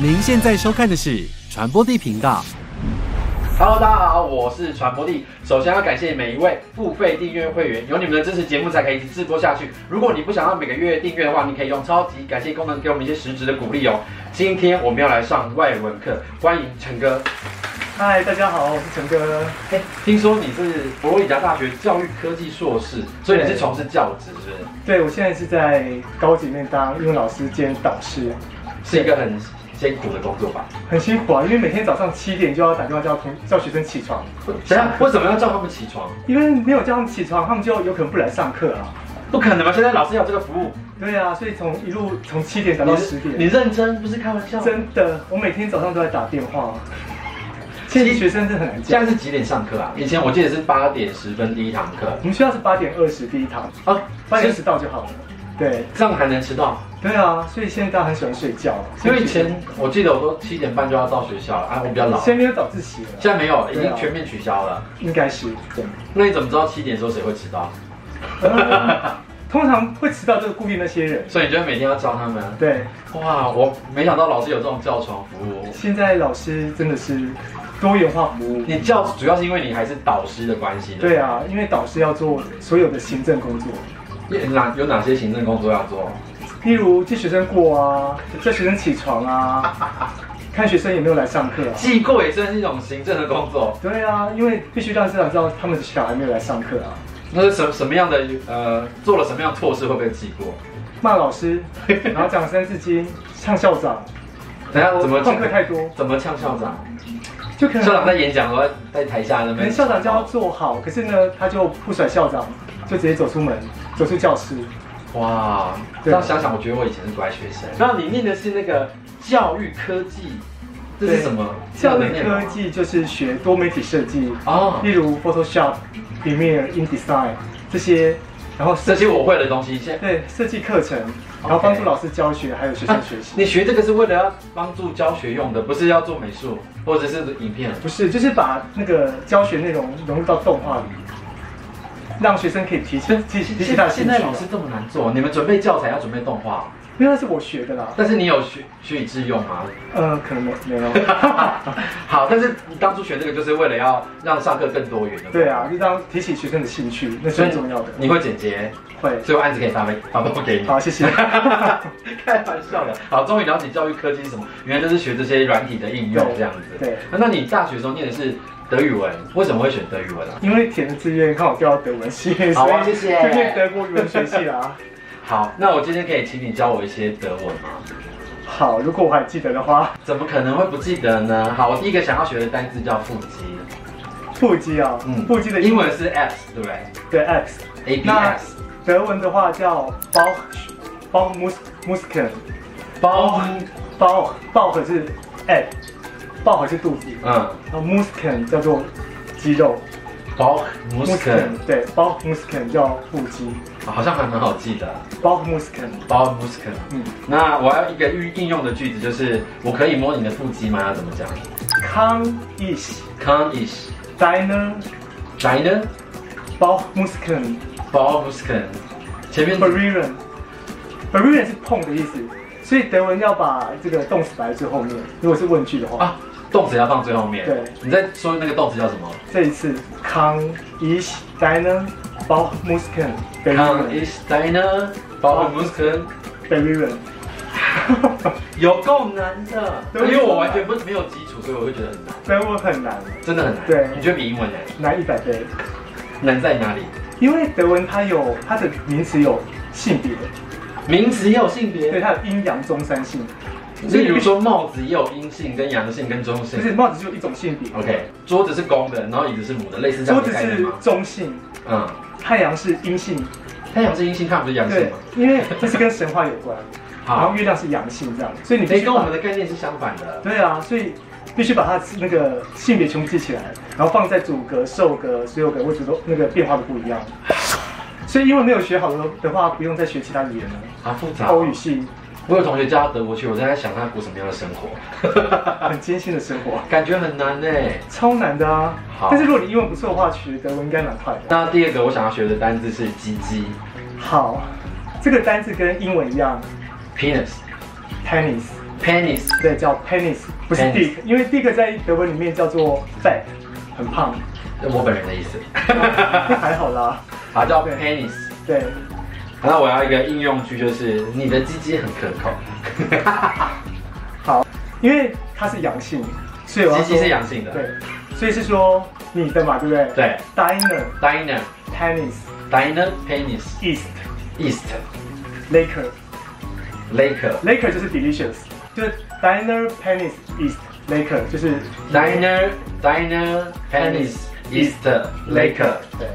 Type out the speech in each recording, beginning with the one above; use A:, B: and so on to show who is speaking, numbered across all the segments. A: 您现在收看的是传播地频道。
B: Hello，大家好，我是传播帝。首先要感谢每一位付费订阅会员，有你们的支持，节目才可以一直制作下去。如果你不想要每个月订阅的话，你可以用超级感谢功能给我们一些实质的鼓励哦。今天我们要来上外文课，欢迎陈 哥。
C: 嗨，大家好，我是陈哥。
B: 哎、听说你是佛罗里达大学教育科技硕士，所以你是
C: 对
B: 从事教职，是不是？
C: 对，我现在是在高级里面当英文老师兼导师，
B: 是一个很艰苦的工作吧？
C: 很辛苦啊，因为每天早上七点就要打电话叫同叫学生起床，
B: 等
C: 啊
B: 一下，为什么要叫他们起床？
C: 因为没有叫他们起床，他们就有可能不来上课啊。
B: 不可能吧？现在老师有这个服务，
C: 对啊，所以从一路从七点打
B: 你
C: 到
B: 是
C: 十点，
B: 你认真不是开玩笑？
C: 真的，我每天早上都在打电话。现在学生真的很难
B: 现
C: 教，
B: 在是几点上课啊？以前我记得是八点十分第一堂课
C: 我们学校是八点二十第一堂，
B: 啊，
C: 哦八点
B: 其
C: 二
B: 实
C: 十到就好了。对，
B: 这样还能迟到，
C: 对啊，所以现在大家很喜欢睡觉，
B: 因为以前我记得我都七点半就要到学校了，啊，我比较老，现
C: 现在没有早自习了，
B: 在没有，已
C: 对
B: 经
C: 啊
B: 全面取消了。
C: 应该是对。
B: 那你怎么知道七点的时候谁会迟到？
C: 呃 通常会迟到就是故意那些人。
B: 所以你就每天要教他们。
C: 对，
B: 哇，我没想到老师有这种叫床服务。
C: 现在老师真的是多元化服务。
B: 你叫主要是因为你还是导师的关系，
C: 对啊，因为导师要做所有的行政工作，
B: 对，哪有哪些行政工作要做？
C: 例如接学生过啊，叫学生起床 啊，看学生有没有来上课啊。
B: 记过也算是一种行政的工作。
C: 对啊，因为必须让家长知道他们的小孩没有来上课啊。
B: 那是什什么样的呃，做了什么样的错事会被记 过？
C: 骂老师，然后讲三字经，呛校长，
B: 等一下怎么
C: 旷课太多，
B: 怎么呛校长？
C: 就可能
B: 校长在演讲的时候在台下那
C: 可能
B: 边，
C: 校长叫他做好，可是呢，他就不甩校长，就直接走出门，走出教室。
B: 哇，这
C: 对
B: 样想想，我觉得我以前是乖学生。然后你念的是那个教育科技，这是
C: 对
B: 什么？
C: 教育科技就是学多媒体设计，
B: 哦，
C: 例如 Photoshop、Premiere、InDesign 这些，然后
B: 这
C: 设
B: 些我会的东西， 现在
C: 对设计课程，然后帮助老师教学，还有学生学习。
B: 你学这个是为了要帮助教学用的，不是要做美术或者是影片。
C: 不是，就是把那个教学内容融入到动画里，让学生可以提起提起提起
B: 现
C: 他
B: 在
C: 的兴
B: 现
C: 趣
B: 在老师
C: 啊。
B: 这么难做，你们准备教材要准备动画，
C: 因为那是我学的啦，
B: 但是你有学学以致用 吗？
C: 呃，可能没 没有。
B: 好，但是你当初学这个就是为了要让上课更多元的。
C: 对啊，就当提起学生的兴趣，那是
B: 所以
C: 很重要的。
B: 你会剪接，
C: 会，
B: 所以我案子可以发给发包给你。
C: 好，谢谢。
B: 开玩笑的。好，终于了解教育科技是什么，原来就是学这些软体的应用这样子。
C: 对，
B: 那你大学的时候念的是德语文，为什么会选德语文啊？
C: 因为填的志愿刚好调到德文系，
B: 好
C: 所
B: 啊
C: 以
B: 谢谢
C: 就念德国语文学系啦。
B: 好，那我今天可以请你教我一些德文吗？
C: 好，如果我还记得的话，
B: 怎么可能会不记得呢？好，我第一个想要学的单字叫腹肌，
C: 腹肌啊，
B: 嗯
C: 腹肌的
B: 英
C: 英文
B: 文是 abs，对不对
C: 的 X，
B: ？A B
C: 那
B: S，
C: 德文的话叫 Bauch Bauch mus muskeln
B: 包，
C: Bauch Bauch 是 a Bauch 是肚子，
B: 嗯，
C: 然后 muskeln 叫做肌肉
B: 包 muscle，
C: 对 Bauch muskeln 叫腹肌
B: 好像还蛮好记的，
C: Bauch muskeln，
B: 包 muscle。
C: 嗯
B: 那我要一个应应用的句子，就是我可以摸你的腹肌吗？怎么讲
C: kann ich
B: ？Kann ich
C: deine
B: deine
C: Bauch muskeln
B: Ball Muskeln，前面
C: berühren berühren 是碰的意思，所以德文要把这个动词摆在最后面，如果是问句的话。
B: 啊，动词要放最后面。
C: 对，
B: 你在说那个动词叫什么
C: 这一次康伊西戴呢，包 Musken 北
B: ？Kann
C: 瑞
B: ich deine Ball Muskeln？
C: 北瑞，
B: 有够难的，因
C: 对
B: 为我完全不没有基础，所以我会觉得很难，
C: 德文很难，
B: 真的很难。
C: 对
B: 你觉得比英文难？
C: 难一百倍，
B: 难在哪里？
C: 因为德文它有它的名词有性别，
B: 名词也有性
C: 对
B: 别，
C: 它有阴阳中三性，
B: 例如说帽子也有阴性、跟阳性、跟中
C: 就
B: 性。
C: 是帽子就一种性别，
B: OK，桌子是公的，然后椅子是母的，类哦似这
C: 桌
B: 样的
C: 子
B: 概念
C: 是
B: 吗？
C: 中性，
B: 嗯，
C: 太阳是阴性，
B: 太阳是阴性，太阳不是阳性
C: 对
B: 吗？，
C: 因为这是跟神话有 关，然
B: 好
C: 后，月亮是阳性这样，所以你必
B: 哎，
C: 须
B: 跟我
C: 把
B: 们的概念是相反的。
C: 对啊，所以必须把它那个性别全部记起来，然后放在主格、受格、所有格位置都那个变化都不一样。所以英文没有学好的的话，不用再学其他语言 了。
B: 好复杂哦。
C: 欧语系
B: 我有同学叫到德国去，我在想他过什么样的生活，
C: 很艰辛的生活，
B: 感觉很难呢。欸
C: 超难的啊
B: 好。
C: 但是如果你英文不错的话，学德文应该蛮快的。
B: 那第二个我想要学的单字是鸡鸡
C: 好，这个单字跟英文一样
B: ，penis，
C: ，tennis
B: penis
C: 对，叫 penis，不是
B: Penis
C: dick，因为 dick 在德文里面叫做 fat，很 胖，
B: 我本人的意思，
C: 那还好啦。
B: 好叫
C: 对
B: penis。
C: 对，
B: 那我要一个应用句，就是你的鸡鸡很可口，
C: 好，因为它是阳性，所以我要
B: 鸡
C: 说
B: 鸡是阳性的，
C: 对，所以是说你的嘛，对不对？
B: 对
C: ，diner
B: ，diner
C: penis
B: diner penis
C: east
B: east
C: laker
B: laker
C: laker 就是 delicious，就是 diner penis east laker 就是
B: diner diner penis east laker，
C: 对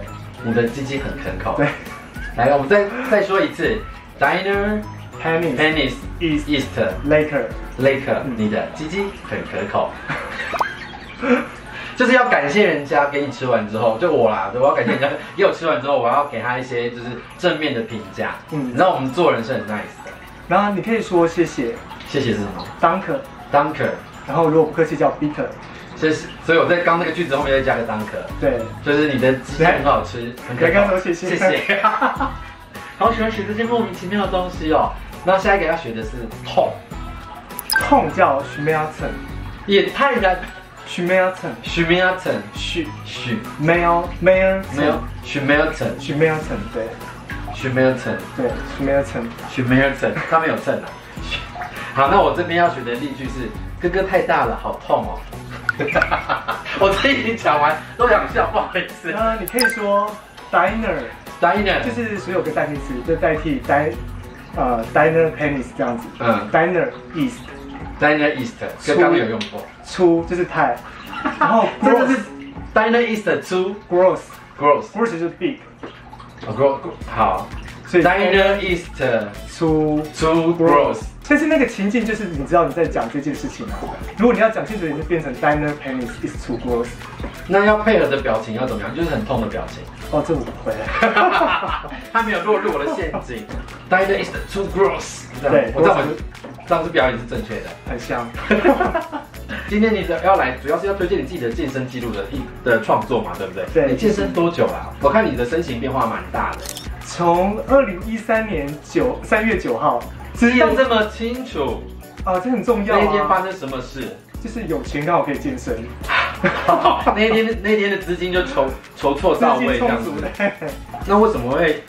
B: 你的鸡鸡很可口
C: 对。
B: 来，我们再再说一次，diner
C: penis
B: penis
C: east
B: east
C: laker，
B: laker，
C: 嗯
B: 你的鸡鸡很可口。 就是要感谢人家给你吃完之后，就我啦，我要感谢人家 给我吃完之后，我要给他一些就是正面的评价。
C: 嗯
B: 嗯，你知道我们做人是很 nice 的，
C: 然后你可以说谢谢
B: 谢谢是什么
C: Dunker，
B: ？Dunker，
C: 然后如果不客气叫 Bitter，
B: 谢谢。所以我在刚那个句子后面再加个 Dunker，
C: 对，
B: 就是你的鸡蛋很好吃，很可口
C: 你还跟他说谢谢
B: 谢 谢。好喜欢学这些莫名其妙的东西哦。那下一个要学的是痛，
C: 痛叫 Schmerzen
B: 也太难。
C: Schmerzen
B: Schmelten，
C: 许
B: 许
C: Mail Mail
B: 没有 Schmelten，Schmelten，Schmelten，
C: Schmerzen 对对 Schmerzen
B: 许没人蹭，他没有蹭啊。好，那我这边要举的例句是：哥哥太大了，好痛 哦。我这一讲完都想笑，不好意思。
C: 那呃你可以说 Diner，
B: 嗯 Diner 就
C: 就是是所有个代替词，就代替 Din 呃 Diner Penis 这样子。
B: 嗯
C: Diner East
B: Diner East，
C: 出
B: 刚刚有用过。
C: 出就是太，然 后
B: 这就是
C: Gross
B: Diner East to
C: Gross
B: Gross，
C: Gross 就是 big，
B: 哦 Gross 好。
C: 所以
B: Diner East
C: 出
B: to Gross，
C: 但是那个情境就是你知道你在讲这件事情啊。如果你要讲清楚，你就变成 Diner Penis is to Gross。
B: 那要配合的表情要怎么样？就是很痛的表 情。
C: 哦，这我不 会。
B: 他没有落入我的陷 阱。Diner East to Gross，这样
C: 对
B: 我这样我这样子表演是正确的。
C: 很像。
B: 今天你的要来，主要是要推荐你自己的健身记录的一的创作嘛，对不对？
C: 对
B: 你健身多久啦、我看你的身形变化蛮大的，
C: 从二零一三年九三月九号，
B: 记
C: 到
B: 得这么清楚，
C: 啊，这很重要
B: 那一天
C: 啊。
B: 发生什么 事？
C: 就是有钱刚好可以健身，
B: 那一天那一天的资金就筹筹措 到位这样子。
C: 的。
B: 那为什么会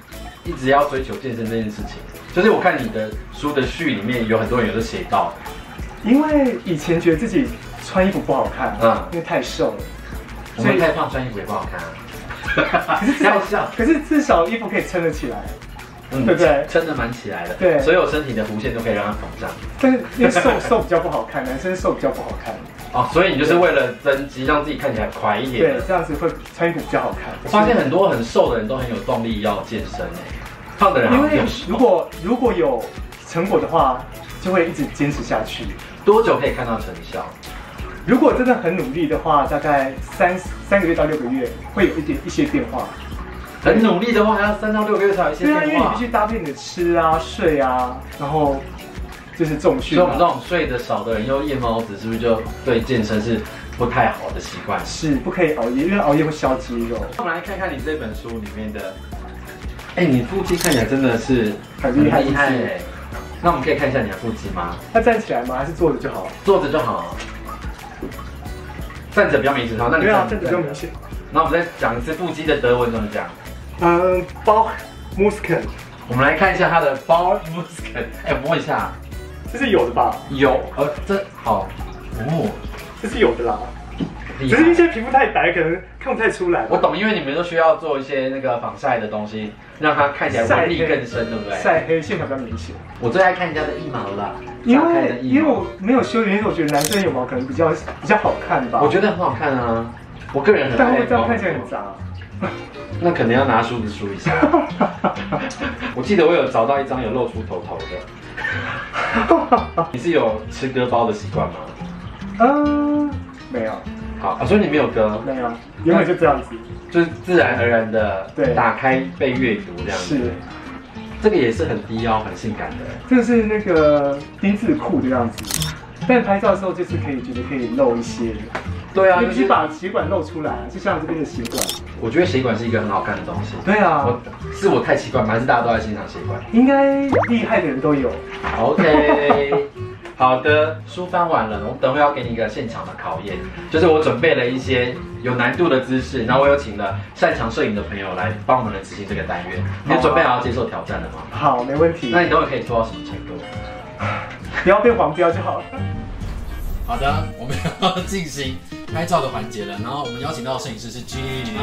B: 一直要追求健身这件事情？就是我看你的书的序里面有很多人有都写到，
C: 因为以前觉得自己穿衣服不好看，
B: 嗯
C: 因为太瘦了。
B: 我
C: 所以
B: 们太胖穿衣服也不好看、 啊。
C: 可是至
B: 开
C: 少
B: 玩笑，
C: 可是至少衣服可以撑得起来。
B: 嗯
C: 对不对
B: 撑得蛮起来的，
C: 对
B: 所有身体的弧线都可以让它膨胀。
C: 但是因为瘦瘦比较不好 看，男生瘦比较不好看。
B: 哦，所以你就是为了增肌，让自己看起来快一点
C: 对
B: 的，。
C: 这样子会穿衣服比较好看。
B: 我发现很多很瘦的人都很有动力要健身诶，胖的人好
C: 因
B: 像没
C: 为
B: 有
C: 如果如果有成果的话，就会一直坚持下去。
B: 多久可以看到成效？
C: 如果真的很努力的话，大概三三个月到六个月会有一点一些变化。
B: 很努力的话，还要三到六个月才有一些
C: 对啊，因为
B: 变
C: 你
B: 化
C: 必。须搭配你的吃啊、睡啊，然后就是重
B: 所以
C: 训、
B: 我们这
C: 啊，
B: 种睡得少的人又夜猫子，是不是就对健身是不太好的习惯？
C: 是不可以熬夜，因为熬夜会消肌肉，
B: 我们来看看你这本书里面的，哎、你腹肌看起来真的是
C: 很厉害
B: 很欸
C: 是不是
B: 诶那我们可以看一下你的腹肌吗？
C: 那站起来吗？还是坐着就好？
B: 坐着就好，站着比较没时长。那你
C: 对啊，
B: 站
C: 站
B: 着
C: 着就明显。
B: 那我们再讲一次腹肌的德文怎么讲。
C: 嗯，包 musken
B: 我们来看一下它的 bar muscle，哎，我摸一下，
C: 这是有的吧？
B: 有，呃，这好，哦，
C: 这是有的啦，
B: 厉
C: 只是因为
B: 害。
C: 现在皮肤太白，可能看不太出来。
B: 我懂，因为你们都需要做一些那个防晒的东西，让它看起来纹理更深，对不对？
C: 晒黑线条比较明显，
B: 我最爱看人家的腋毛了，
C: 因
B: 炸开的
C: 为
B: 腋
C: 因为
B: 毛，
C: 我没有修原因为我觉得男生有毛可能比较比较好看吧。
B: 我觉得很好看啊，我个人很
C: 但
B: 爱
C: 会不会这样
B: 猫
C: 看起来很杂？
B: 那可能要拿梳子梳 一下。我记得我有找到一张有露出头头的，你是有吃割包的习惯吗？
C: 嗯，没有，
B: 好，啊、所以你没有割，
C: 没有，原本就这样子。
B: 就是自然而然的
C: 对
B: 打开被阅读这样子。
C: 是，
B: 这个也是很低腰、很性感的。
C: 这是那个丁字裤的样子，但拍照的时候就是可以觉得可以露一些，
B: 对啊，
C: 你
B: 就
C: 必须
B: 是
C: 把血管露出来，就像这边的血管。
B: 我觉得血管是一个很好看的东西。
C: 对啊
B: 我，是我太奇怪吗？还是大家都在欣赏血管
C: 应该厉害的人都有。
B: ？OK， 好的，书翻完了，我等会要给你一个现场的考验，就是我准备了一些有难度的姿势，然后我有请了擅长摄影的朋友来帮我们来执行这个单元。你准备好要接受挑战了吗？
C: 好，没问题
B: 那，你等会可以做到什么程度？
C: 不要变黄标就好了。
D: 好的，我们要进行拍照的环节了。然后我们邀请到的摄影师是 G。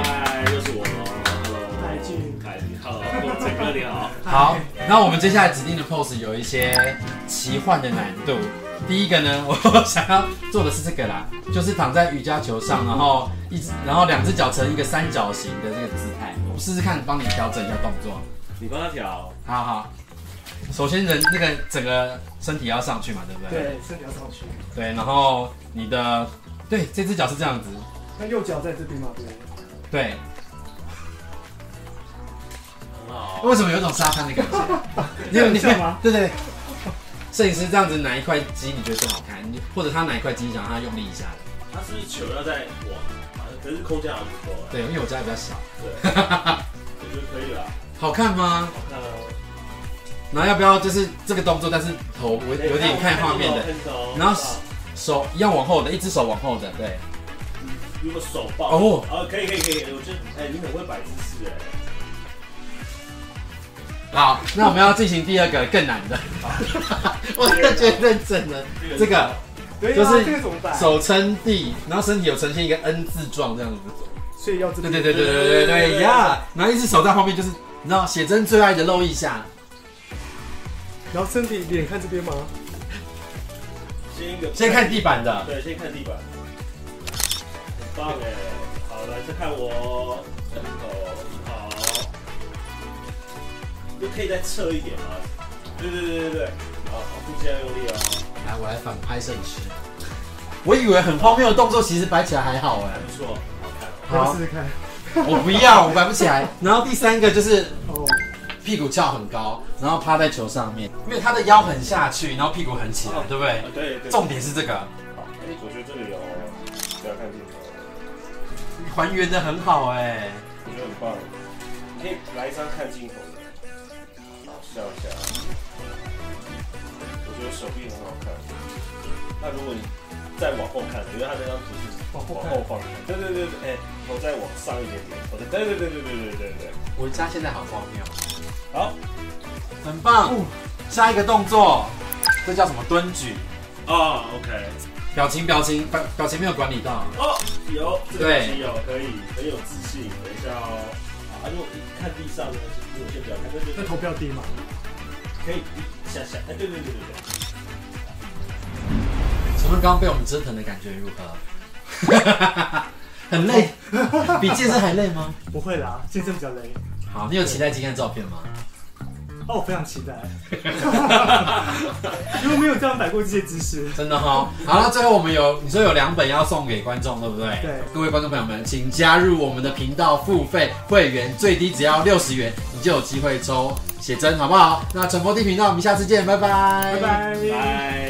E: 嗨，又是我，Hello，海俊，海俊，Hello，陈哥你好。
D: 好，那我们接下来指定的 pose 有一些奇幻的难度。第一个呢， 我想要做的是这个啦，就是躺在瑜伽球上，然后一只，然后两只脚成一个三角形的这个姿态。我试试看，帮你调整一下动作。
E: 你帮他调，
D: 好好，首先人那个整个身体要上去嘛，对不对？
C: 对，身体要上去，
D: 对，然后你的对这只脚是这样子，
C: 那右脚在这边嘛，对不对？
D: 对，
E: 很好。
D: 为什么有一种沙滩的感觉？你 有你
C: 这样吗？
D: 对对对，摄影师这样子拿一块肌，你觉得最好看？你或者他拿一块肌，想让他用力一下。
E: 他是不是球要在往，好像可是空间好像不够哎。
D: 对，因为我家比较小，
E: 对，我觉得可以了，
D: 好看吗？
E: 好看哦。
D: 然后要不要就是这个动作，但是头我有点看画面的，
E: 的
D: 然后 手一样往后的，一只手往后的，对，
E: 如果手抱，
D: 哦
E: 哦，啊，可以可以可以，我觉得，哎，你很会摆姿势哎。
D: 好，那我们要进行第二个更难 的，我真的觉得认真了，这个
C: 对
D: 就
C: 啊，
D: 是
C: 这个怎么办？
D: 手撑地，然后身体有呈现一个 N 字状这样子。
C: 所以要这
D: 对
C: 边。
D: 对对对对对对呀！然后一只手在后面，就是你知道写真最爱的露一下，
C: 然后身体脸看这边吗？
E: 先一个，
D: 先看，地板的，
E: 对，先看地板，很棒哎。好，来再看我，哦，好，就可以再侧一点吗？对对对对对，好，好，腹肌要用力哦，
D: 来我来反拍摄影师。我以为很荒谬的动作，其实摆起来还好哎
E: 还不错，好看哦。
C: 我要
D: 好
C: 试，试看。
D: 我不要，我摆不起来。 然后第三个就是
C: 哦，
D: 屁股翘很高，然后趴在球上面，因为他的腰很下去，然后屁股很起来，对不对
E: 啊？对对，
D: 重点是这个
E: 哎，我觉得这里有，不要看镜头，
D: 还原的很好哎、
E: 我觉得很棒。你可以来一张看镜头的，好笑一下。我觉得手臂很好看。那如果你再往后看，我觉得他那张图是
C: 往后
E: 往
C: 看
E: 后放的。对对对对，哎，头再往上一点点，头再对对对对对对对对。
D: 我家现在好荒谬，
E: 好，
D: 很棒。下一个动作，这叫什么？蹲举。
E: 啊，OK，
D: 表情表情表表情没有管理到，
E: 哦，有这个
D: 对
E: 东西有，可以很有自信。等一下哦，啊，如果一看地上呢，如果先不要看，那就
C: 那头不要低嘛。
E: 可以一下下，哎，对对对对对。
D: 请问刚刚被我们折腾的感觉如何？ 很累，比健身还累吗？
C: 不会啦，健身比较累。
D: 好，你有期待今天的照片吗？
C: 哦，我非常期待， 因为没有这样摆过这些姿势。
D: 真的哈、好，那最后我们有你说有两本要送给观众，对不对？
C: 对
D: 各位观众朋友们，请加入我们的频道付费会员，最低只要六十元，你就有机会抽写真，好不好？那传播地频道，我们下次见，拜拜，
C: 拜。拜。